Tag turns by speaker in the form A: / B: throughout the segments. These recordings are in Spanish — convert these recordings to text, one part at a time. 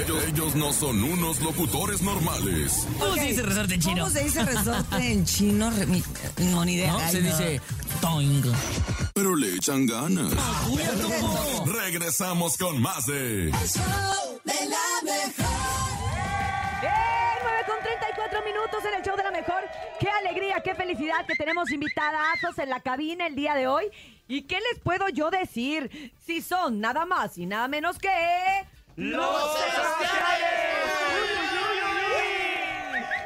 A: Ellos, ellos no son unos locutores normales.
B: ¿Cómo
C: Ok.
B: se dice resorte en chino?
C: ¿Cómo se dice resorte en chino? Re- mi- No, ni idea.
B: ¿No?
C: Ay,
B: se
C: no.
B: dice toing.
A: Pero le echan ganas.
B: Cuya, topo.
A: Regresamos con más de.
D: Bien, 9 con 34 minutos en el show de la mejor. Qué alegría, qué felicidad que tenemos invitadazos en la cabina el día de hoy. ¿Y qué les puedo yo decir? Si son nada más y nada menos que...
E: ¡Los Sebastianes!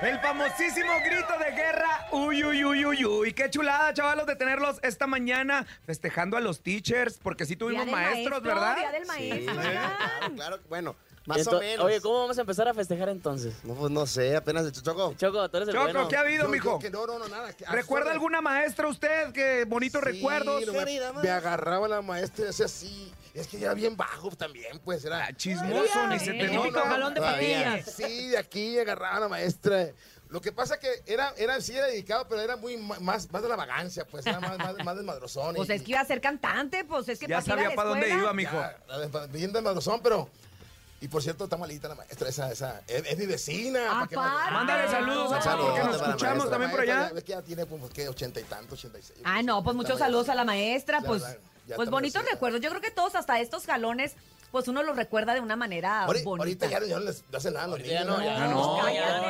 E: El famosísimo grito de guerra. Uy, uy, uy, uy, uy. Qué chulada, chavalos, de tenerlos esta mañana festejando a los teachers, porque sí
D: Día
E: tuvimos
D: del
E: maestros,
D: maestro,
E: ¿verdad?
D: Día del
F: Sí,
D: maestro.
F: claro, ¿Eh? Ah, claro. Bueno, más o
G: Ento-
F: menos.
G: Oye, ¿cómo vamos a empezar a festejar entonces?
F: No, pues no sé, apenas el choco.
G: Choco, tú eres el
E: Choco,
G: bueno.
E: ¿qué ha habido,
F: Yo-
E: mijo?
F: yo que no, no, no, nada. que-
E: ¿Recuerda alguna maestra usted? Qué bonitos
F: Sí,
E: recuerdos.
F: no me, me agarraba la maestra y hacía así. Es que yo era bien bajo también, pues era.
E: Ah, Chismoso, ni se te
B: El típico
E: nota.
B: jalón de
F: Todavía.
B: patillas.
F: Sí, de aquí agarraba a la maestra. Lo que pasa que era, era, sí era dedicado, pero era muy ma- más, más de la vagancia, pues era más, más, más desmadrozón.
D: Pues
F: y-
D: es que iba a ser cantante, pues es que
E: Ya
D: para qué ir a
E: sabía
D: la
E: para dónde
D: escuela.
E: iba, mijo.
F: Ya, a ver, pa- bien desmadrozón, pero. Y por cierto, está malita la maestra, esa, esa. Es, es mi vecina. pa' que
D: Aparte.
F: no-
E: Mándale saludos,
D: Ah,
E: papá, porque
F: para
E: nos
F: la
E: escuchamos
F: maestra,
E: también por
F: maestra,
E: allá.
F: ya ves que ya tiene como que ochenta y tantos, ochenta y seis.
D: Ah, no, pues muchos saludos a la maestra,
F: Ya,
D: pues,
F: ya, ya
D: pues
F: está
D: bonitos
F: mayorcita.
D: recuerdos. Yo creo que todos hasta estos jalones, pues uno los recuerda de una manera
F: Ahorita,
D: bonita.
F: ahorita ya, no- ya no les no hacen nada a los
G: Ya
F: niños.
G: no, ya no.
D: no, no,
G: ya
D: no,
G: no, ya
D: de
G: no
D: lo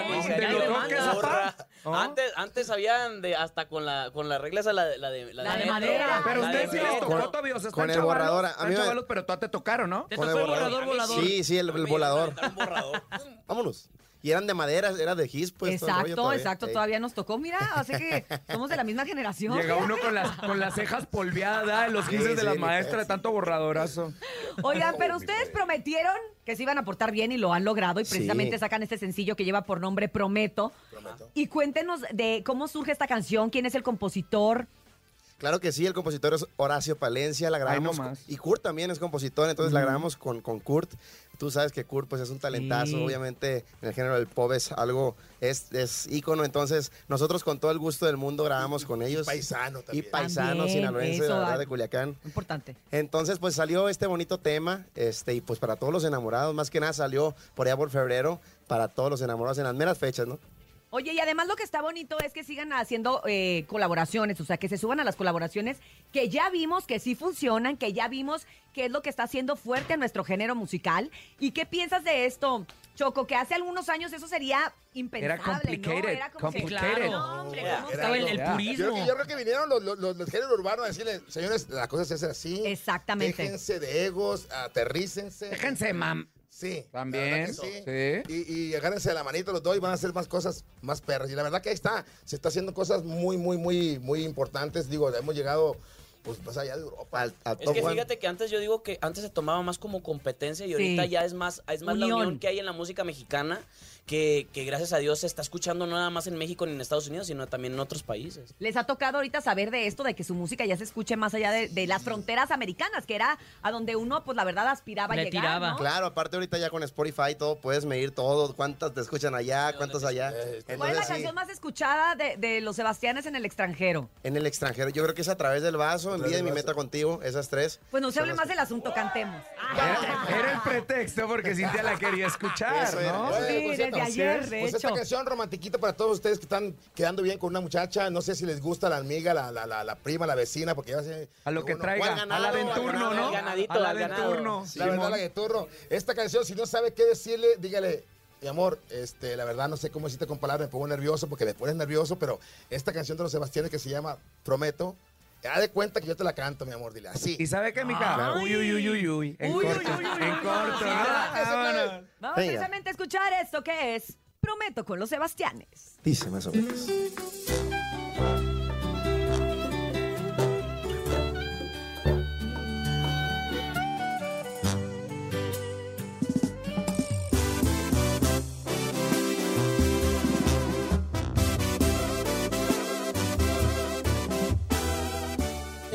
G: hay
D: que
G: demanda.
E: es apá. ¿Ah?
G: Antes, antes habían de hasta con la con las reglas a la, de- la de
D: La de
G: metro.
D: madera.
E: Pero
G: La
E: usted
G: de
E: sí les
G: metro.
E: tocó
F: Con-
E: todavía. O sea, están
F: con el
E: chavalos,
F: borrador, a
E: están
F: mí me-
E: chavalos, pero tú te tocaron, ¿no?
B: Te
F: Con
B: tocó
F: el
B: el volador,
F: volador.
B: volador.
F: Sí, sí, el, el
G: Me
F: volador.
G: inventaron un borrador.
F: Vámonos. Y eran de madera, era de gis, pues. todo el rollo
D: exacto, exacto,
F: Sí.
D: todavía nos tocó, mira, así que somos de la misma generación.
E: Llega uno con las, con las cejas polveadas, los
F: Sí,
E: quises de
F: sí,
E: la
F: ni
E: maestra, de
F: pedo.
E: tanto borradorazo.
D: Oigan, pero ustedes prometieron que se iban a portar bien y lo han logrado y
F: Sí.
D: precisamente sacan este sencillo que lleva por nombre Prometo.
F: Prometo.
D: Y cuéntenos de cómo surge esta canción, quién es el compositor.
F: Claro que sí, el compositor es Horacio Palencia, la grabamos.
E: nomás.
F: con- y Kurt también es compositor, entonces la grabamos con, con Kurt. Tú sabes que Kurt pues es un talentazo,
B: Sí.
F: obviamente en el género del pop es algo, es, es ícono, entonces nosotros con todo el gusto del mundo grabamos con ellos.
H: paisano también.
F: Y paisano
D: También,
F: sinaloense,
D: eso,
F: la verdad,
D: ah.
F: de Culiacán.
D: Importante.
F: Entonces, pues salió este bonito tema, este, y pues para todos los enamorados, más que nada salió por allá por febrero, para todos los enamorados en las meras fechas, ¿no?
D: Oye, y además lo que está bonito es que sigan haciendo eh, colaboraciones, o sea, que se suban a las colaboraciones que ya vimos que sí funcionan, que ya vimos que es lo que está haciendo fuerte a nuestro género musical. ¿Y qué piensas de esto, Choco? Que hace algunos años eso sería impensable, ¿no?
E: complicated,
D: Era como que,
E: complicated.
D: No, hombre,
G: Era-
D: ¿cómo
B: Estaba el,
D: crees?
B: el
E: Era-
F: Yo creo, que,
B: purismo.
F: yo creo que vinieron los, los, los del género urbano a decirle, señores, la cosa se hace así.
D: Exactamente.
F: Déjense de egos, aterrícense.
E: Déjense, mam.
F: Sí. la
E: También,
F: verdad que sí. Y, y agárrense de la manita los dos y van a hacer más cosas más perras. Y la verdad que ahí está. Se está haciendo cosas muy, muy, muy, muy importantes. Digo, hemos llegado, pues, más allá de Europa. Al, al
G: Es
F: top
G: que
F: one.
G: fíjate que antes yo digo que antes se tomaba más como competencia y ahorita
D: Sí.
G: ya es más, es más la
D: Unión.
G: unión que hay en la música mexicana que, que gracias a Dios se está escuchando no nada más en México ni en Estados Unidos, sino también en otros países.
D: Les ha tocado ahorita saber de esto, de que su música ya se escuche más allá de, de las fronteras americanas, que era a donde uno, pues la verdad, aspiraba a
B: Le
D: llegar,
B: tiraba.
D: ¿no?
F: Claro, aparte ahorita ya con Spotify y todo puedes medir todo, cuántas te escuchan allá, cuántas allá.
D: ¿Cuál es la
F: Entonces, sí,
D: canción más escuchada de, de los Sebastianes en el extranjero?
F: en el extranjero, yo creo que es a través del vaso, en vida y mi meta contigo, esas tres.
D: Pues no se
F: Son
D: hable
F: las
D: más
F: que-
D: del asunto, cantemos.
E: Era, era el pretexto porque Cintia la quería escuchar,
F: Eso era.
E: ¿no?
F: Oye,
D: Sí,
F: por
D: desde
F: cierto,
D: ayer, de
F: Pues esta
D: hecho.
F: canción romantiquita para todos ustedes que están quedando bien con una muchacha. No sé si les gusta la amiga, la, la, la, la prima, la vecina, porque ya sé.
E: A lo que
F: uno-
E: traiga,
F: ¿cuál ganado?
E: a la de en
F: ¿Cuál
E: turno,
F: ganado?
E: ¿no?
G: Al ganadito,
E: a la
G: al
E: de en
G: ganado.
E: turno.
F: La verdad,
E: Simón.
F: la de turno. Esta canción, si no sabe qué decirle, dígale. Mi amor, este, la verdad no sé cómo decirte con palabras, me pongo nervioso porque me pones nervioso, pero esta canción de los Sebastianes que se llama Prometo, haz de cuenta que yo te la canto, mi amor, dile así.
E: ¿Y sabe qué, mija? Uy, uy, uy, uy, uy. En
D: Uy, uy,
E: corto,
D: uy, uy,
E: en
D: uy.
E: corto.
D: Sí,
E: Ah,
F: ¿verdad? Eso
E: vámonos.
F: fue-
D: Vamos
F: Venga.
D: precisamente a escuchar esto que es Prometo con los Sebastianes.
F: Dice más o menos.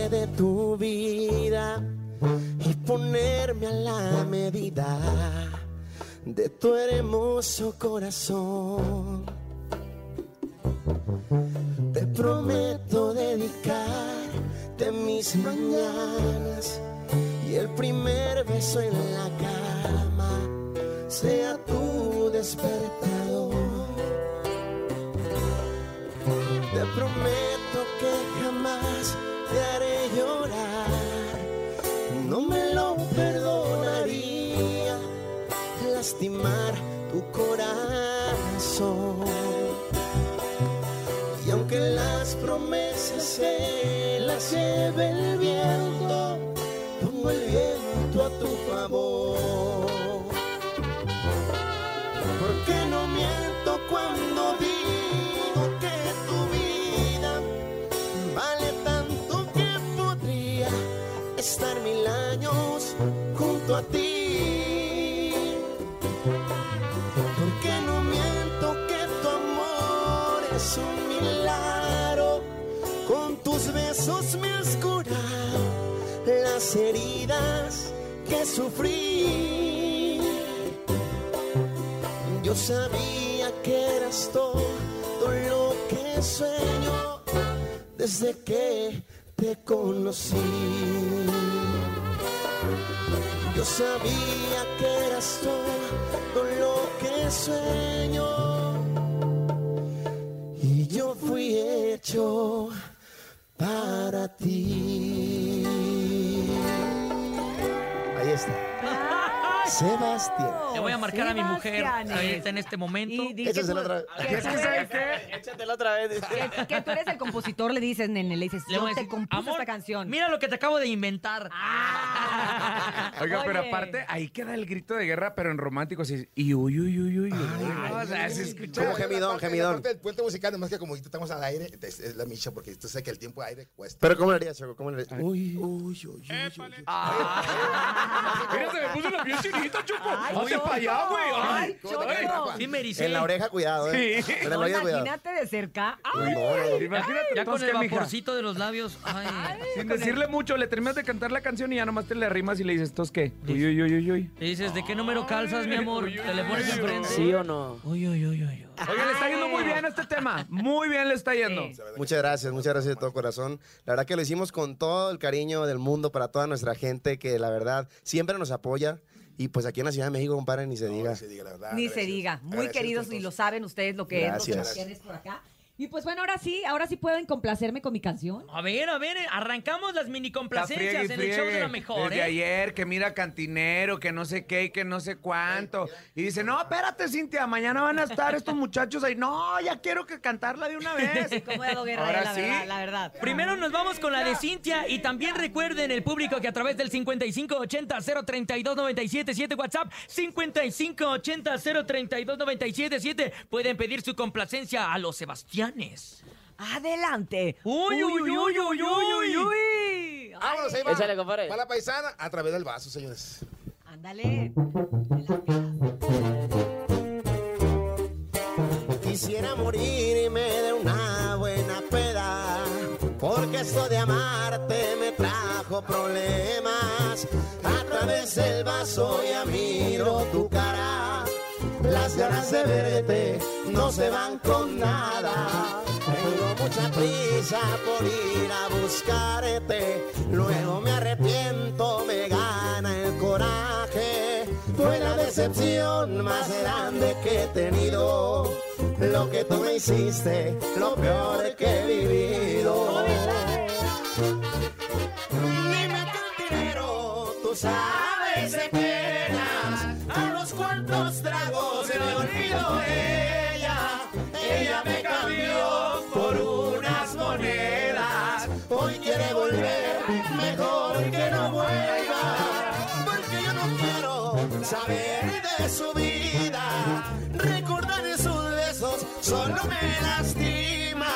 G: de tu vida y ponerme a la medida de tu hermoso corazón. Te prometo dedicarte mis mañanas y el primer beso en la cama
H: sea tu despertador. Te prometo que jamás te haré llorar. No me lo perdonaría lastimar tu corazón. Y aunque las promesas se las lleve el viento, pongo el viento a tu favor. Porque no miento cuando digo que tu vida vale tanto que podría estar mil años junto a ti. Porque no miento que tu amor es un milagro, con tus besos me has curado las heridas que sufrí. Yo sabía que eras todo lo que sueño desde que te conocí. Yo sabía que eras todo lo que sueño y yo fui hecho para ti. Ahí está. Sebastián.
B: Le voy a marcar a mi mujer
D: Sebastián.
B: ahorita en este momento.
D: Y di que
F: Échasela
D: tú-
F: otra vez.
D: que
E: Es
D: tú-
E: que ¿sabes qué?
G: Échatela otra vez.
D: que- que tú eres el compositor, le dices, nene, le dices,
B: Le
D: yo
B: voy a
D: te
B: decir,
D: compuse
B: "Amor,
D: esta canción.
B: Mira lo que te acabo de inventar.
E: Ah, Oiga, pero
D: Oye.
E: aparte, ahí queda el grito de guerra, pero en romántico, así, y uy, uy, uy, uy, uy. o sea, se escucha.
F: Como
H: Como gemidón, gemidón.
F: Aparte del puente musical, nomás que como ahorita estamos al aire, es, es la micha, porque tú sabes que el tiempo de aire cuesta.
H: Pero ¿cómo le harías, Choco? ¿Cómo le harías? Uy, uy, uy, uy, uy, uy.
E: Mira, se me puso la piel chinita, Choco.
D: Ay,
E: Hazte
D: Choco.
E: para allá, güey. Ay.
D: Ay, Choco.
B: Sí, me ericé.
H: En la oreja, cuidado, ¿eh?
E: Sí.
H: En
D: No,
H: la oreja, cuidado.
D: Imagínate de cerca. Ay,
E: Imagínate,
B: Ya con
E: tosca,
B: el
E: mija.
B: vaporcito de los labios. Ay.
E: Sin decirle mucho, le terminas de cantar la canción y ya nomás te le arrimas y le dices, ¿tos qué? Uy, uy, uy, uy, uy.
B: Le dices, ¿de qué número calzas, mi amor? Te le pones enfrente.
G: ¿Sí o no?
B: Uy, uy, uy, uy. uy.
E: Oiga, le está yendo muy bien este tema. Muy bien le está yendo.
H: Muchas gracias, muchas gracias de todo corazón. La verdad que lo hicimos con todo el cariño del mundo para toda nuestra gente que la verdad siempre nos apoya. Y pues aquí en la Ciudad de México, compadre, ni se diga.
F: No, ni se diga, la verdad,
D: Ni se
F: agradecidos.
D: diga. Muy
F: Agradecidos
D: queridos y
F: entonces.
D: lo saben ustedes lo que es los
H: Gracias.
D: champiñones por acá. Y pues bueno, ahora sí, ahora sí pueden complacerme con mi canción.
B: A ver, a ver, eh, arrancamos las mini
E: Está
B: complacencias
E: friegue y
B: en el show de
E: friegue.
B: la mejor,
E: Desde
B: ¿eh?
E: ayer, que mira cantinero, que no sé qué y que no sé cuánto. Y dice, no, espérate, Cintia, mañana van a estar estos muchachos ahí. No, ya quiero que cantarla de una vez.
D: ¿Cómo hago guerra,
E: Ahora
D: la
E: sí.
D: verdad, la verdad.
B: Primero nos vamos con la de Cintia y también recuerden el público que a través del 5580-032-977 WhatsApp 5580-032-977 pueden pedir su complacencia a los Sebastianes.
D: Adelante.
B: Uy, uy, uy, uy, uy, uy,
D: uy.
F: Vámonos, ahí va.
G: Échale, compadre.
F: Va la paisana a través del vaso, señores.
D: Ándale.
H: Quisiera morirme de una buena peda, porque esto de amarte me trajo problemas. A través del vaso ya miro tu cara, las ganas de verte no se van con nada. Tengo mucha prisa por ir a buscarte, luego me arrepiento, me gana el coraje. Fue la decepción más grande que he tenido. Lo que tú me hiciste, lo peor que he vivido. Dime cantinero, tú sabes de penas. A los cuantos tragos me olvido ella. Ella me cambió por unas monedas. Hoy quiere volver, mejor que no vuelva. Porque yo no quiero saber de su vida. Recordar sus besos solo me lastima.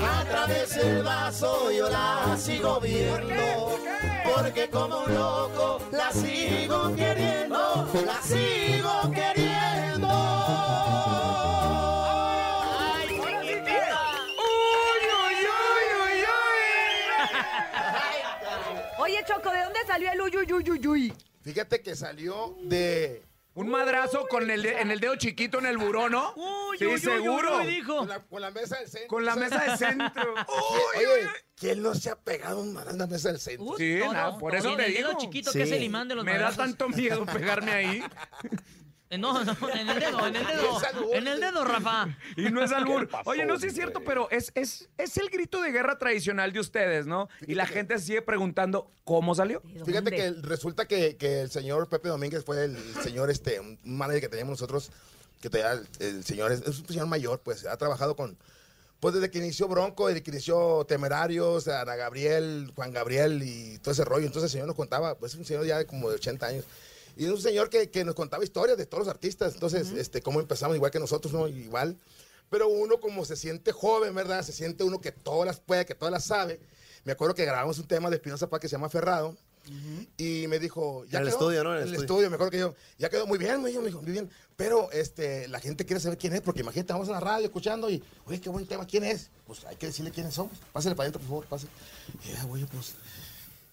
H: A través del vaso yo la sigo viendo. Porque como un loco la sigo queriendo. La sigo queriendo. Ay, chiquitita.
D: Oye, Choco, ¿de dónde salió el uy, uy, uy, uy, uy?
F: Fíjate que salió de.
E: Un madrazo con el de- en el dedo chiquito en el buró, ¿no?
B: Uy,
E: sí,
B: uy, uy,
E: seguro.
B: uy, dijo.
F: Con la, con la mesa del centro.
E: Con la mesa de centro.
F: Oye, oye, ¿quién no se ha pegado un madrazo en la mesa del centro?
B: Uy,
E: Sí, nada, por eso
B: y en
E: te
B: el dedo
E: digo.
B: chiquito que es
H: Sí.
B: el imán de los
E: Me da
B: madrazos.
E: tanto miedo pegarme ahí.
B: Eh, No, no, en el dedo, en el dedo.
F: Es albur.
B: En el dedo, Rafa.
E: Y no es albur.
I: pasó,
E: Oye, no sé si es cierto,
I: hombre?
E: pero es, es, es el grito de guerra tradicional de ustedes, ¿no? Y la gente sigue preguntando cómo salió.
D: ¿De
F: Fíjate
D: dónde?
F: que el- resulta que, que el señor Pepe Domínguez fue el, el señor, este, un manager que teníamos nosotros, que todavía el, el señor es, es un señor mayor, pues ha trabajado con, pues desde que inició Bronco, desde que inició Temerarios, Ana Gabriel, Juan Gabriel y todo ese rollo. Entonces el señor nos contaba, pues es un señor ya de como de 80 años. Y es un señor que, que nos contaba historias de todos los artistas. Entonces, este, cómo empezamos, igual que nosotros, ¿no? Igual. Pero uno como se siente joven, ¿verdad? Se siente uno que todas las puede, que todas las sabe. Me acuerdo que grabamos un tema de Espinosa Paz que se llama Ferrado. Y me dijo...
I: En el estudio, ¿no?
F: En el estudio. me acuerdo que yo... Ya quedó muy bien, me dijo, me dijo, muy bien. Pero este, la gente quiere saber quién es, porque imagínate, vamos a la radio escuchando y... Oye, qué buen tema, ¿quién es? Pues hay que decirle quiénes somos. Pásale para adentro, por favor, pásale. Y ya, güey, pues...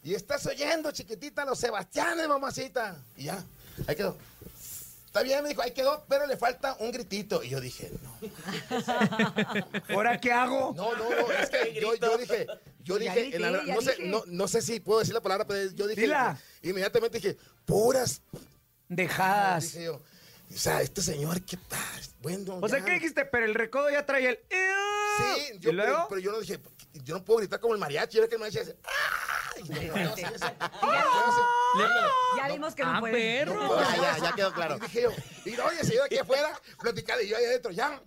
F: Y estás oyendo, chiquitita, los Sebastianes, mamacita. Y ya, ahí quedó. Está bien, me dijo, ahí quedó, pero le falta un gritito. Y yo dije, no.
E: ¿Ahora qué hago?
F: No, no, no, es que yo, yo dije, yo
D: Ya
F: dije,
D: grité,
F: en la-
D: ya
F: no, sé,
D: dije.
F: no, no sé si puedo decir la palabra, pero yo dije,
E: Dila.
F: inmediatamente dije, puras, p-
E: Dejadas.
F: dije yo. O sea, este señor, qué tal, bueno.
E: O sea,
F: ya.
E: ¿qué dijiste? Pero el recodo ya trae el...
F: Sí,
E: ¿Y
F: yo, pero,
E: luego?
F: pero yo no dije, yo no puedo gritar como el mariachi, era que el mariachi hace, ¡ah! Y yo, no, no, sí, eso. Yo no sé.
D: Ya vimos que
B: Ah,
D: no puede.
B: perro.
I: Ya, ya, ya quedó claro.
F: Y dije yo, y no, oye, señor, aquí afuera, platicando, y yo ahí adentro, ya,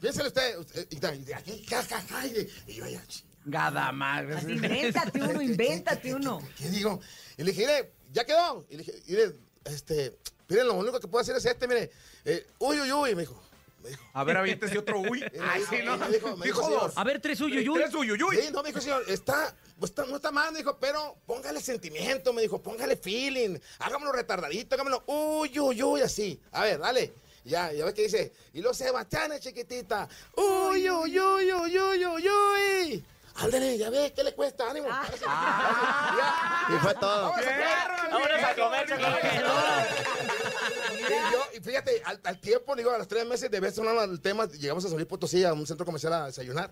F: piénsele usted, usted- y tal, y de aquí, ja, ja, ja, y de- y yo allá, ch-
E: Gada madre.
D: Invéntate uno,
F: ¿Qué- qué- qué-
D: invéntate
F: qué-
D: uno.
F: ¿Qué qué digo? Y le dije, mire, ya quedó. Y le dije, mire, este, miren, lo único que puedo hacer es este, mire, eh, uy, uy, uy, me dijo. Me dijo.
E: A ver, avientes de otro uy.
F: Y me
E: Ay,
F: dijo-
E: sí, ¿no?
F: me dijo- me dijo,
E: Dijo
F: señor.
E: dos.
B: A ver, tres "Ah, uy, uy, uy.
E: Tres uy, uy, uy.
F: Sí, no, me dijo, señor, está, pues, está- no está mal, me dijo, pero póngale sentimiento, me dijo, póngale feeling, hágamelo retardadito, hágamelo, uy, uy, uy, así. A ver, dale. Ya, ya ves que dice, y los Sebastianes, chiquitita, uy, uy, uy, uy, uy, uy, uy. Ándale, ya ves, ¿qué le cuesta? Ánimo.
I: Y fue todo.
F: Vamos a comer.
G: Vámonos a comer, chocolate.
F: Y yo, y fíjate, al, al tiempo, digo, a los tres meses de ver sonando el tema, llegamos a salir Potosí a un centro comercial a desayunar.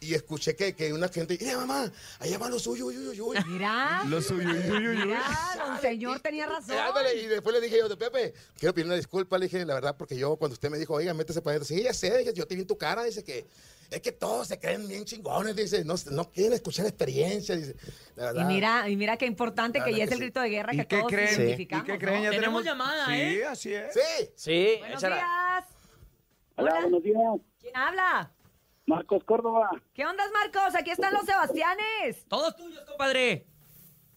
F: Y escuché que, que una gente, mira mamá, allá van los suyos, uy, uy, uy.
D: Mira,
E: Los uy, uy, uy, uy, uy.
D: mira, don señor tenía razón.
F: Eh, ándale, y después le dije yo, Pepe, quiero pedir una disculpa, le dije, la verdad, porque yo cuando usted me dijo, oiga, métese para adentro, sí, ya sé, dije, yo te vi en tu cara, dice que es que todos se creen bien chingones, dice, no, no quieren escuchar experiencia, dice, la verdad.
D: Y mira, y mira qué importante
F: La
D: que
F: verdad
D: ya es
F: que
D: el
F: sí.
D: grito de guerra
E: ¿Y
D: que
E: qué
D: todos
E: creen?
D: identificamos.
E: ¿Y qué creen?
D: ¿no?
E: Ya
B: Tenemos
E: tenemos
B: llamada,
E: Sí,
B: ¿eh?
E: así es.
F: Sí,
G: Sí,
D: Buenos
G: échala.
D: días.
J: Hola, buenos días.
D: ¿Quién habla?
J: Marcos Córdoba.
D: ¿Qué onda, Marcos? Aquí están los Sebastianes.
B: Todos tuyos, compadre.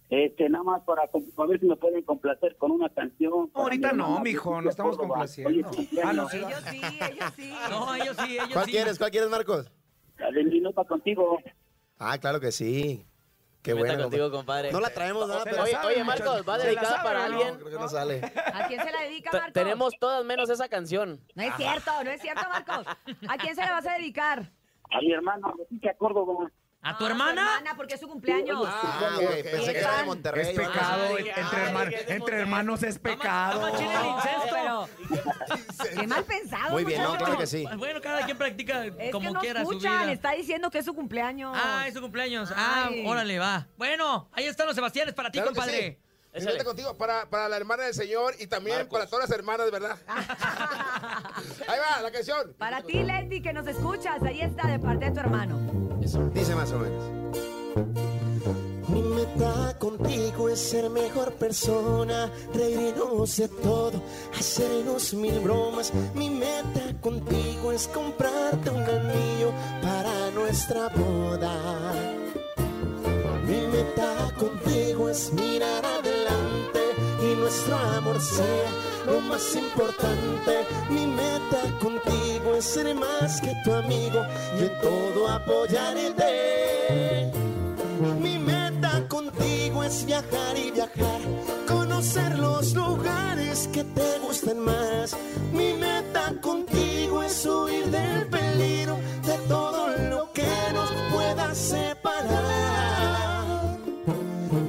J: Este, nada más para com- a ver si me pueden complacer con una canción. para
E: Ahorita
J: mi
E: no,
J: hermana
E: mijo,
J: Leticia
E: no estamos
J: Córdoba.
E: complaciendo.
J: Hoy es su cumpleaños.
E: Ah, no, sí.
D: Ellos sí, ellos sí.
B: No, ellos sí, ellos
I: ¿Cuál
B: sí.
I: quieres? ¿Cuál quieres, Marcos?
J: La de mi nota contigo.
I: Ah, claro que sí. Qué
G: Me meta
I: buena.
G: contigo,
I: compa-
G: compadre.
I: No la traemos nada,
E: Se
I: pero
E: la
G: Oye,
E: sabe,
G: oye,
E: muchacho.
G: Marcos, ¿va
E: Se la
G: dedicada para
E: sabe, ¿no?
G: alguien?
I: creo que no sale.
D: ¿A quién se la dedica,
G: T-
D: Marcos?
G: Tenemos todas menos esa canción.
D: No es cierto, no es cierto, Marcos. ¿A quién se la vas a dedicar?
J: A mi hermana Leticia Córdoba.
B: ¿A
D: Ah,
B: tu hermana?
D: hermana, porque es su cumpleaños.
I: Ah, ok. Pensé que era de Monterrey.
E: Es
I: ¿vale?
E: pecado,
G: Ay,
E: en-
G: ay,
E: entre, herman-
G: que es de
E: entre
G: mujer.
E: hermanos es pecado.
B: Vamos a chile de incesto.
D: Qué mal pensado.
I: Muy bien, no,
D: muchacho.
I: claro que sí.
B: Bueno, cada quien practica
D: Es
B: como
D: que no
B: quiera su
D: escuchan,
B: vida.
D: está diciendo que es su cumpleaños.
B: Ah, es su cumpleaños. Ah,
D: Ay.
B: órale, va. Bueno, ahí están los Sebastianes para ti,
F: Claro que
B: compadre.
F: sí. Disfruta contigo para, para la hermana del Señor y también para todas las hermanas, de verdad. Ahí va la canción.
D: Para ti, Leti, que nos escuchas, ahí está de parte de tu hermano.
I: Dice más o menos.
H: Mi meta contigo es ser mejor persona, reírnos de todo, hacernos mil bromas. Mi meta contigo es comprarte un anillo para nuestra boda. Mi meta contigo es mirar adelante y nuestro amor sea lo más importante. Mi meta contigo es ser más que tu amigo y en todo apoyarte. Mi meta contigo es viajar y viajar, conocer los lugares que te gustan más. Mi meta contigo es huir del peligro de todo lo que nos pueda separar.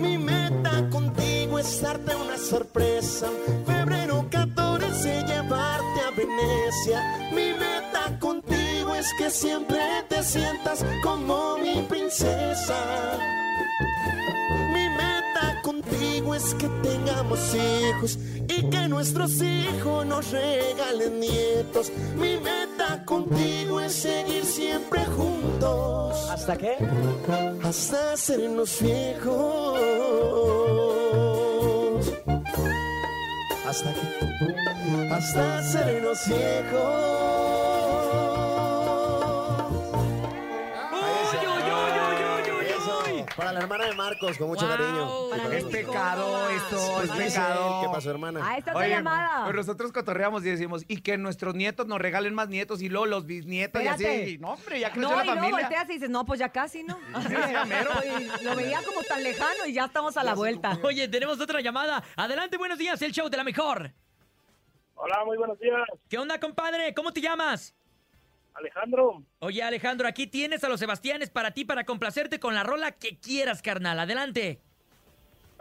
H: Mi meta contigo es darte una sorpresa. Febrero 14 llevarte a Venecia. Mi meta contigo es que siempre te sientas como mi princesa. Mi meta contigo es que tengamos hijos y que nuestros hijos nos regalen nietos. Mi meta contigo es seguir siempre juntos.
G: ¿Hasta qué?
H: Hasta hacernos viejos. Hasta que. Hasta hacernos viejos.
B: ¡Uy, uy, uy, uy, uy, uy, uy!
I: Eso, Para la hermana de Marcos, con mucho
B: Wow.
I: cariño.
B: Para
I: Sí,
E: Es
I: con
B: México.
I: gusto.
E: pecado esto, es
I: Pues dice,
E: pecado.
I: ¿Qué pasó, hermana?
D: Ah, esta es la
E: Oye,
D: llamada.
E: pues nosotros cotorreamos y decimos, y que nuestros nietos nos regalen más nietos y luego los bisnietos y
D: Espérate.
E: así. Y No, hombre, ya creció
D: No,
E: la
D: y luego
E: familia.
D: volteas y dices, no, pues ya casi, ¿no?
E: ya mero.
D: Pues, lo veía como tan lejano y ya estamos a la vuelta.
B: Oye, tenemos otra llamada. Adelante, buenos días, el show de la mejor.
J: Hola, muy buenos días,
B: ¿Qué onda, compadre? ¿Cómo te llamas?
J: Alejandro.
B: Oye, Alejandro, aquí tienes a los Sebastianes para ti, para complacerte con la rola que quieras, carnal. Adelante.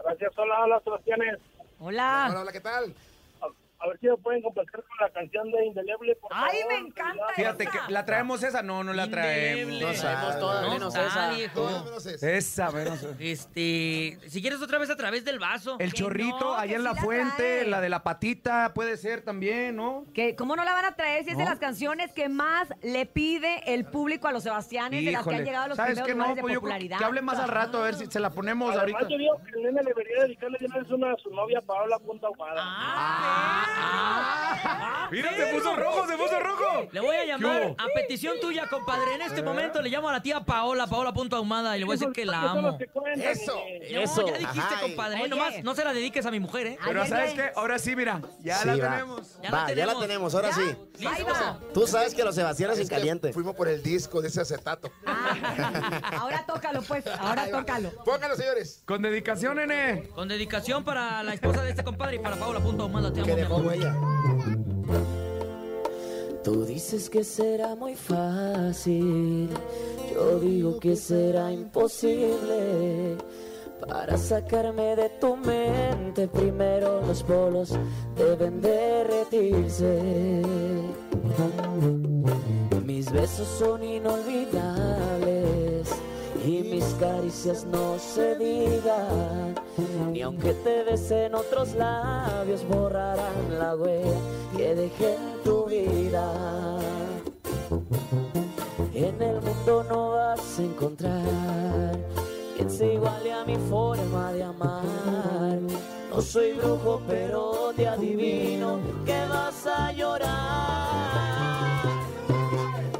J: Gracias, hola, hola, Sebastianes.
F: Hola,
D: Hola.
F: hola, ¿qué tal?
J: A, a ver si me pueden complacer con la canción de Indeleble, por
D: Ay,
J: favor.
D: me encanta
E: Fíjate
D: esa.
E: que la traemos esa, no, no la traemos.
I: No
B: Indeleble.
I: sabemos todas,
B: No
I: menos
B: está,
I: esa.
B: viejo.
F: Todo menos eso.
E: Esa, menos.
B: Este, si quieres otra vez a través del vaso.
E: El
D: Que
E: chorrito
D: no,
E: allá
D: que
E: en
D: sí
E: la
D: la
E: fuente,
D: trae.
E: la de la patita, puede ser también, ¿no?
D: Que, Eh, ¿Cómo no la van a traer si es de
E: No.
D: las canciones que más le pide el público a los Sebastianes, de las que
E: Híjole.
D: han llegado a los
E: ¿Sabes
D: primeros
E: qué? No,
D: lugares de
E: pues yo creo
D: popularidad?
E: que hable más al rato, a ver si se la ponemos
J: Además,
E: ahorita.
J: yo digo que el nene le debería dedicarle de una vez una a su novia, Paola Punta Ahumada.
D: Ah,
E: Mira, se puso rojo, se puso rojo.
B: Le voy a
E: ¿Qué
B: llamar
E: hubo?
B: a petición tuya, compadre. En este momento le llamo a la tía Paola, paola.ahumada, y le voy a decir que la amo.
F: Eso.
J: eh.
B: No,
G: Eso.
B: ya dijiste,
I: Ajá,
B: compadre.
D: oye.
B: Nomás no se la dediques a mi mujer, ¿eh?
E: Pero
D: Ayer
E: ¿sabes
D: le-
E: qué? Ahora sí, mira, ya
I: Sí,
E: la
I: va.
E: tenemos.
I: Va, ya
B: Ya la
I: la
B: tenemos.
I: tenemos, ahora
D: ¿Ya?
I: sí.
D: Ahí va.
I: Tú sabes que los Sebastianes
F: Es
I: en
F: que
I: caliente.
F: Fuimos por el disco de ese acetato.
D: Ah, ahora tócalo, pues. Ahora
F: Ahí va.
D: tócalo.
F: Póngalo, señores.
E: Con dedicación, nene.
B: Con dedicación para la esposa de este compadre y para paola.ahumada. Te amo,
I: Que
B: mi
I: dejó
B: amor.
I: huella.
G: Tú dices que será muy fácil, yo digo que será imposible. Para sacarme de tu mente, primero los polos deben derretirse. Mis besos son inolvidables y mis caricias no se digan. Ni aunque te besen otros labios, borrarán la huella que dejé en tu vida. En el mundo no vas a encontrar quien se iguale a mi forma de amar. No soy brujo, pero te adivino que vas a llorar.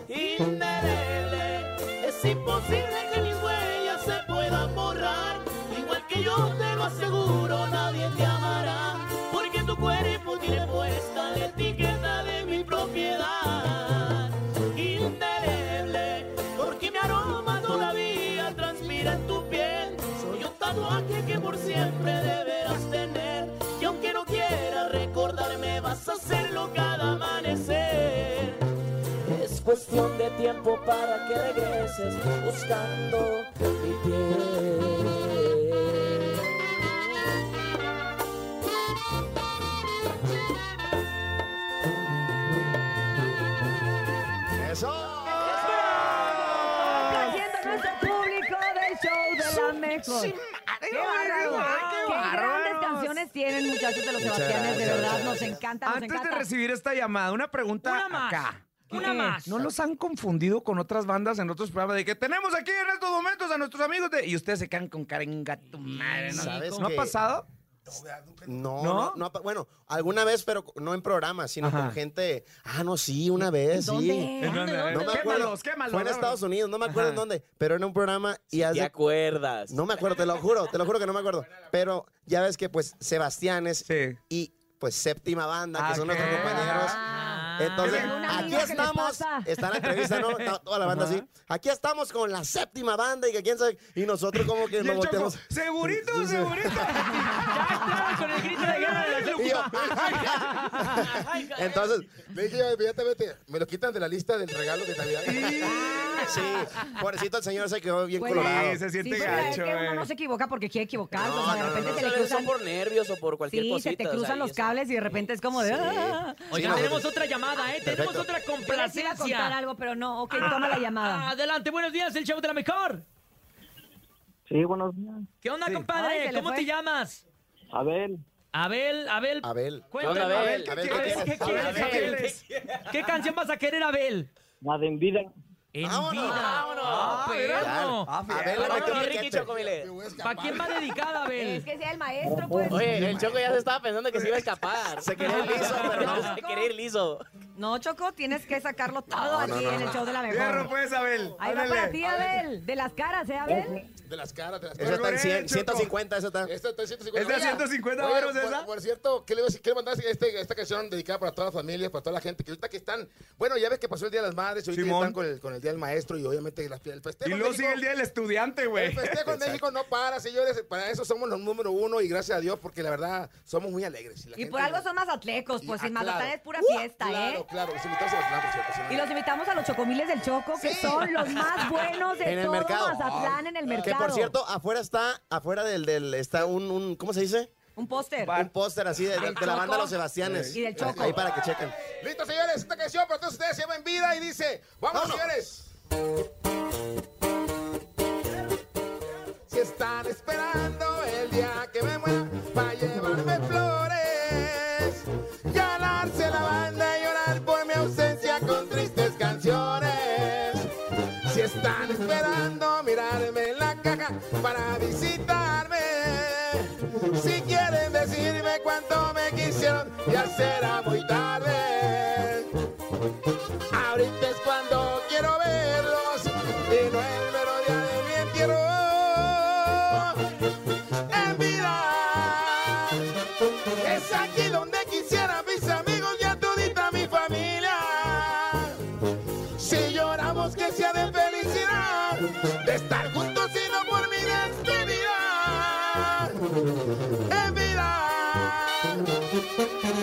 G: Indeleble, es imposible que mis huellas se puedan borrar. Igual que yo te lo aseguro, nadie te amará. Porque tu cuerpo tiene puesta la etiqueta de mi propiedad. Indeleble, porque mi aroma todavía transpira en tu piel. Soy un tatuaje que por siempre deberás tener. Y aunque no quieras recordarme, vas a hacerlo cada amanecer. Es cuestión de tiempo para que regreses buscando mi piel.
D: Haciendo nuestro público del show de la mejor. ¡Qué bárbaro! ¡Qué grandes canciones tienen, muchachos de los Sebastianes! De verdad, nos encanta, nos
E: Antes de
D: encanta.
E: recibir esta llamada, una pregunta
B: Una más.
E: acá.
B: Una
E: Eh,
B: más.
E: ¿No los han confundido con otras bandas en otros programas de que tenemos aquí en estos momentos a nuestros amigos de... Y ustedes se quedan con cara en gato madre, ¿no?
I: ¿Sabes
E: ¿No ha
I: qué?
E: pasado?
I: No,
E: ¿No?
I: no, no, bueno, alguna vez, pero no en programas, sino
E: Ajá.
I: con gente. Ah, no, sí, una vez, sí.
D: ¿Dónde?
E: ¿Dónde,
I: No me acuerdo.
E: Quémalos, quémalos.
I: Fue en Estados Unidos, no me acuerdo en
E: Ajá.
I: dónde, pero era un programa y
G: ¿Te
I: hace
G: acuerdas?
I: No me acuerdo, te lo juro, te lo juro que no me acuerdo. Pero ya ves que pues Sebastianes
E: Sí.
I: y pues séptima banda, que son nuestros
E: Ok.
I: compañeros.
D: Ah.
I: Entonces,
D: Tienen una
I: aquí
D: amiga que les
I: estamos.
D: pasa.
I: Está la entrevista, ¿no? Está toda la banda así. Aquí estamos con la séptima banda y que quién sabe. Y nosotros como que
E: Y
I: nos
E: el Choco,
I: volteamos. Sí,
E: segurito,
I: sí.
E: segurito.
B: Ya estaban con el grito de guerra de la
I: Y yo, Entonces,
F: Le dije yo, evidentemente, me lo quitan de la lista del regalo de Navidad.
I: sí, pobrecito el señor se quedó bien
D: Pues,
I: colorado.
E: Sí, se siente
D: sí, pero es
E: gacho,
D: que uno
E: eh.
D: no se equivoca porque quiere equivocarse. o
E: Ah,
D: sea, de repente se le
G: Tal vez son
D: cruzan,
G: por nervios o por cualquier
D: sí,
G: cosita.
D: se te
G: o sea,
D: cruzan
G: y
D: los
G: eso.
D: cables y de repente es como de... "Ah".
B: Oigan,
I: Sí, no,
B: tenemos
I: pues-
B: otra llamada, ¿eh? Tenemos
I: Perfecto.
B: otra
D: Yo les iba a contar
B: complacencia.
D: algo, pero no. Ok, toma la llamada.
B: Adelante, buenos días, el show de la mejor.
J: Sí, buenos días.
B: ¿Qué onda,
E: Sí.
B: compadre?
D: Ay, se le
B: ¿Cómo
D: fue.
B: te llamas?
K: A ver,
B: Abel, Abel.
I: Abel.
B: Cuéntame,
E: Abel,
B: Abel,
E: ¿qué
I: Abel,
E: quieres?
B: ¿qué
E: Abel,
B: quieres, Abel? ¿Qué canción vas a querer, Abel?
K: la de envidia.
B: En
I: Vámonos,
B: vida.
I: vámonos.
B: Ah,
E: mira.
B: perro.
E: Ah, fíjate.
I: Abel,
B: Vámonos,
I: Ricky
B: Ricky
I: Chete.
A: Chocomile.
B: ¿Para quién va dedicada,
D: Es
B: Abel?
D: que sea el maestro, pues.
A: Oye, el Choco ya se estaba pensando que se iba a escapar.
I: Se quería ir liso, pero
D: no.
A: Se quería ir liso.
D: No, Choco, tienes que sacarlo todo aquí en el show de la
E: Fierro,
D: mejor.
E: pues, Abel.
D: Ahí va
E: Ándale.
D: para ti, Abel. De las caras, ¿eh, Abel?
F: De las caras, de las caras.
I: Eso está en cien-
E: Choco.
I: 150, eso está.
F: Esta está en 150.
E: ¿Es de
F: Oiga,
E: 150
F: oiga,
E: varos
F: por-
E: esa?
F: Por, cierto, ¿qué le voy a decir? Quiero mandar este- esta canción dedicada para toda la familia, para toda la gente que ahorita que están. Bueno, ya ves que pasó el Día de las Madres, ahorita ya
E: Simón.
F: están con el, con el Día del Maestro y obviamente la- el festejo.
E: Y
F: en
E: luego
F: México-
E: sigue el día del estudiante, güey.
F: El festejo en México no para, señores. Para eso somos los número uno y gracias a Dios porque la verdad somos muy alegres. la
D: Y
F: gente-
D: por algo son mazatlecos, pues
F: Y-
D: en
F: ah,
D: Mazatlán
F: claro.
D: es pura
F: Uh,
D: fiesta, ¿eh?
F: Claro, claro. Los invitamos a Mazatlán, por cierto, sí,
D: Y los invitamos a los chocomiles del Choco, que
F: Sí.
D: son los más buenos de
I: En el
D: todo
I: mercado.
D: Mazatlán en el
I: Que
D: mercado.
I: por cierto, afuera está, afuera del, del está un, un, ¿cómo se dice?
D: un póster.
I: Un póster así de, de
D: Del
I: la banda
D: Choco.
I: Los Sebastianes.
D: Y del Choco.
I: Ahí para que chequen.
F: Listo, señores. Esta canción para todos ustedes se llama En Vida y dice: ¡Vamos,
I: Vámonos.
F: señores! Si están esperando el día que me muera para llevarme flores, ganarse la banda y llorar por mi ausencia con tristes canciones. Si están esperando mirarme en la caja para visitarme, si quieren decirme cuánto me quisieron, ya será muy tarde. Ahorita es cuando quiero verlos y no el melodía de mi entierro. En vida es aquí donde quisiera mis amigos y a todita mi familia. Si lloramos que sea de felicidad, de estar juntos y no por mi despedida. En vida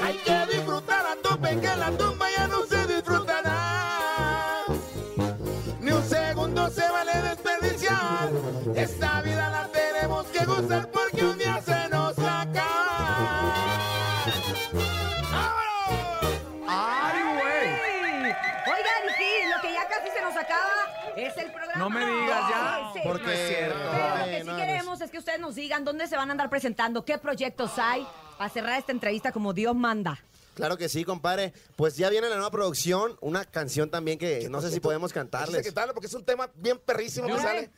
F: hay que disfrutar a tope que la tumba ya no se disfrutará. Ni un segundo se vale desperdiciar. Esta vida la tenemos que gozar porque un día se nos acaba. ¡Vámonos!
E: ¡Ay, güey!
D: Oigan, y sí, lo que ya casi se nos acaba es el programa.
E: No me digas ya,
D: Sí, sí.
I: porque-
E: No es cierto.
D: Pero lo que sí
I: no, no es-
D: queremos es que ustedes nos digan dónde se van a andar presentando, qué proyectos hay para cerrar esta entrevista como Dios manda.
I: Claro que sí, compadre. Pues ya viene la nueva producción, una canción también que no sé si podemos
F: Dice que
I: cantarles.
F: tal, porque es un tema bien perrísimo que
D: Ay.
F: sale.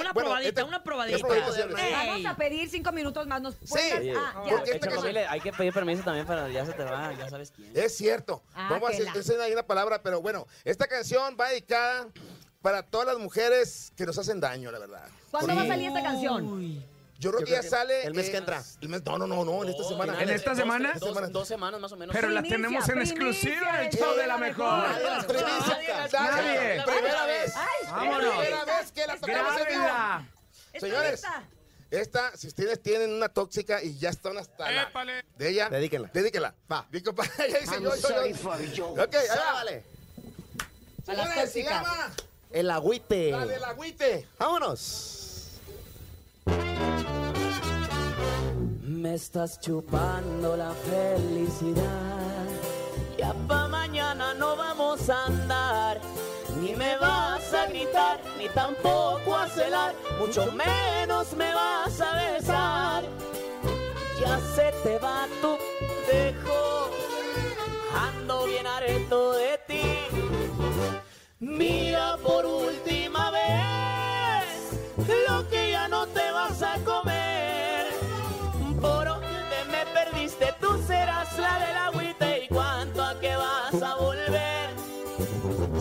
B: Una probadita, una probadita.
F: es probadita, sí,
B: Ey.
D: Vamos a pedir cinco minutos más. Nos pueden
A: Oye,
D: dar- ah, ya.
G: este
F: porque
A: el
F: esta
A: Chocomile, hay que pedir permiso también para ya se te va, ya sabes quién.
F: Es cierto.
D: Ah,
F: Vamos a
D: que
F: hacer,
D: la-
F: esa es ahí la palabra, pero bueno, esta canción va dedicada para todas las mujeres que nos hacen daño, la verdad.
D: ¿Cuándo va a
F: Porque
D: salir esta canción?
B: Uy.
F: Yo creo
I: Yo
F: que ya
I: creo que
F: sale.
I: el mes que entra.
F: el mes- no, no, no, no, en esta semana.
E: ¿En esta
A: Dos-
E: semana?
A: Dos, dos semanas más o menos.
E: Pero la
D: Primicia,
E: tenemos en
D: primicia
E: exclusiva en el
D: del
E: show de la mejor.
F: Nadie las primicia,
E: Nadie.
F: nadie. Primera vez.
D: Ay,
E: Vámonos.
F: Primera vez que la tocamos en vivo.
E: Grábenla.
D: ¿Está
F: Señores.
D: lista?
F: Esta, si ustedes tienen una tóxica y ya están hasta la- de ella,
I: Dedíquenla.
F: Dedíquenla. Va. Mi compadre ya dice yo, yo, yo. Ok, ahí va.
D: A
I: Vale.
D: las
F: Señores, se
D: tóxicas.
F: llama
I: El agüite.
F: la del agüite.
I: Vámonos.
A: Me estás chupando la felicidad. Ya pa' mañana no vamos a andar. Ni me vas a gritar, ni tampoco a celar. Mucho menos me vas a besar. Ya se te va tu dejo. Ando bien areto de ti. Mira por última vez lo que ya no te vas a comer. Por donde me perdiste, tú serás la del agüite y cuánto a que vas a volver.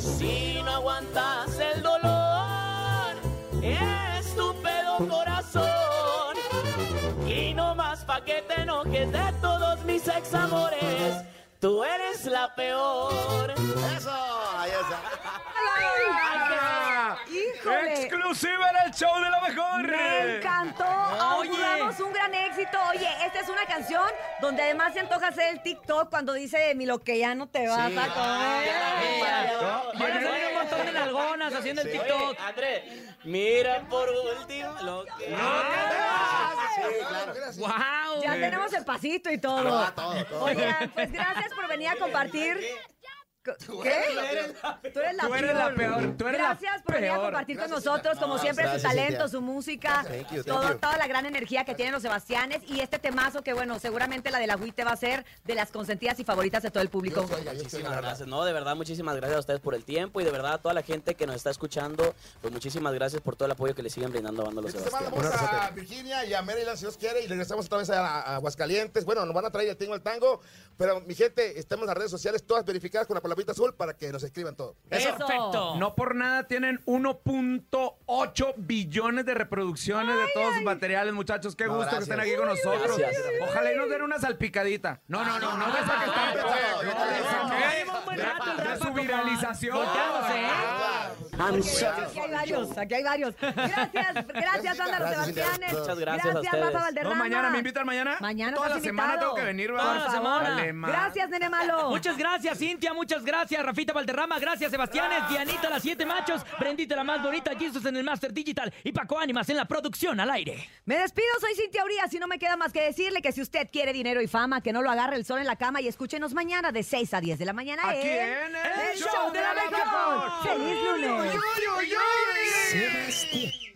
A: Si no aguantas el dolor, estúpido corazón. Y no más pa' que te enojes de todos mis examores, tú eres la peor.
I: Eso. Ahí está.
E: Ah,
D: Híjole.
E: ¡Exclusiva en el show de la mejor!
D: Me encantó. Ahora
B: Oye.
D: jugamos un gran éxito. Oye, esta es una canción donde además se antoja hacer el TikTok cuando dice de mi lo que ya no te vas a comer.
B: Van a salir un montón de nalgonas haciendo el TikTok.
A: Andrés, mira por último lo que.
B: ¡Wow!
D: Ya tenemos el pasito y todo.
I: todo, todo.
D: Oigan, pues gracias por venir a compartir ¿Qué? Tú eres la peor. Tú eres la peor.
E: tú eres la
D: Gracias por venir a
E: peor.
D: compartir con
F: Gracias,
D: nosotros,
F: Cintia.
D: como
F: No,
D: siempre, su
I: gracias,
D: talento,
I: Cintia.
D: su música,
I: Thank you, thank
D: todo-
I: you.
D: toda la gran energía que tienen los Sebastianes y este temazo que, bueno, seguramente la de la te va a ser de las consentidas y favoritas de todo el público.
F: Yo soy gallo, sí, la
G: Muchísimas
F: verdad.
G: gracias. No, de verdad, muchísimas gracias a ustedes por el tiempo y de verdad a toda la gente que nos está escuchando, pues muchísimas gracias por todo el apoyo que le siguen brindando a Banda Los
F: Esta
G: Sebastián.
F: semana vamos a Virginia y a Maryland, si Dios quiere, y regresamos otra vez a, a Aguascalientes. Bueno, nos van a traer el tingo al tango, pero mi gente, estamos en las redes sociales todas verificadas con la palabrita azul para que nos escriban todo.
D: Eso.
B: Perfecto.
E: No por nada tienen 1.8 billones de reproducciones de todos sus materiales, muchachos. Qué
I: No,
E: gusto
I: gracias.
E: que estén aquí con nosotros.
G: Gracias.
E: Ojalá y nos den una salpicadita. No, no, no, no, de esa que está.
F: no, no,
E: de
F: no,
E: esa
F: no,
E: que-
B: no, lleva un buen rato el
E: de
B: Rafa,
E: su
B: como
E: viralización. Ah,
B: volteándose, ¿eh?
G: I'm
D: Porque Ah, Aquí hay varios, aquí hay varios. Gracias, gracias, Banda Los
F: Gracias, Cintia.
D: Sebastianes.
G: Muchas gracias a ustedes.
D: Rafa
E: No,
D: Valderrama.
E: mañana me invitan mañana.
D: Mañana
E: Toda
D: estás
E: la semana
D: invitado.
E: tengo que venir,
D: Por
E: ¿verdad?
B: Toda la semana.
E: Vale, man.
D: Gracias, Nene Malo.
B: Muchas gracias, Cintia. Muchas gracias, Rafita Valderrama. Gracias, Sebastianes. Dianita, las siete machos. Brendita, la más bonita. Jesus en el Master Digital. Y Paco Ánimas en la producción al aire.
D: Me despido, soy Cintia Urias y no me queda más que decirle que si usted quiere dinero y fama, que no lo agarre el sol en la cama y escúchenos mañana de 6 a 10 de la mañana
E: Aquí
D: en
E: en El Show de la Mejor.
D: ¡Feliz lunes!
E: Uy, uy, uy, uy.
A: Sebastián.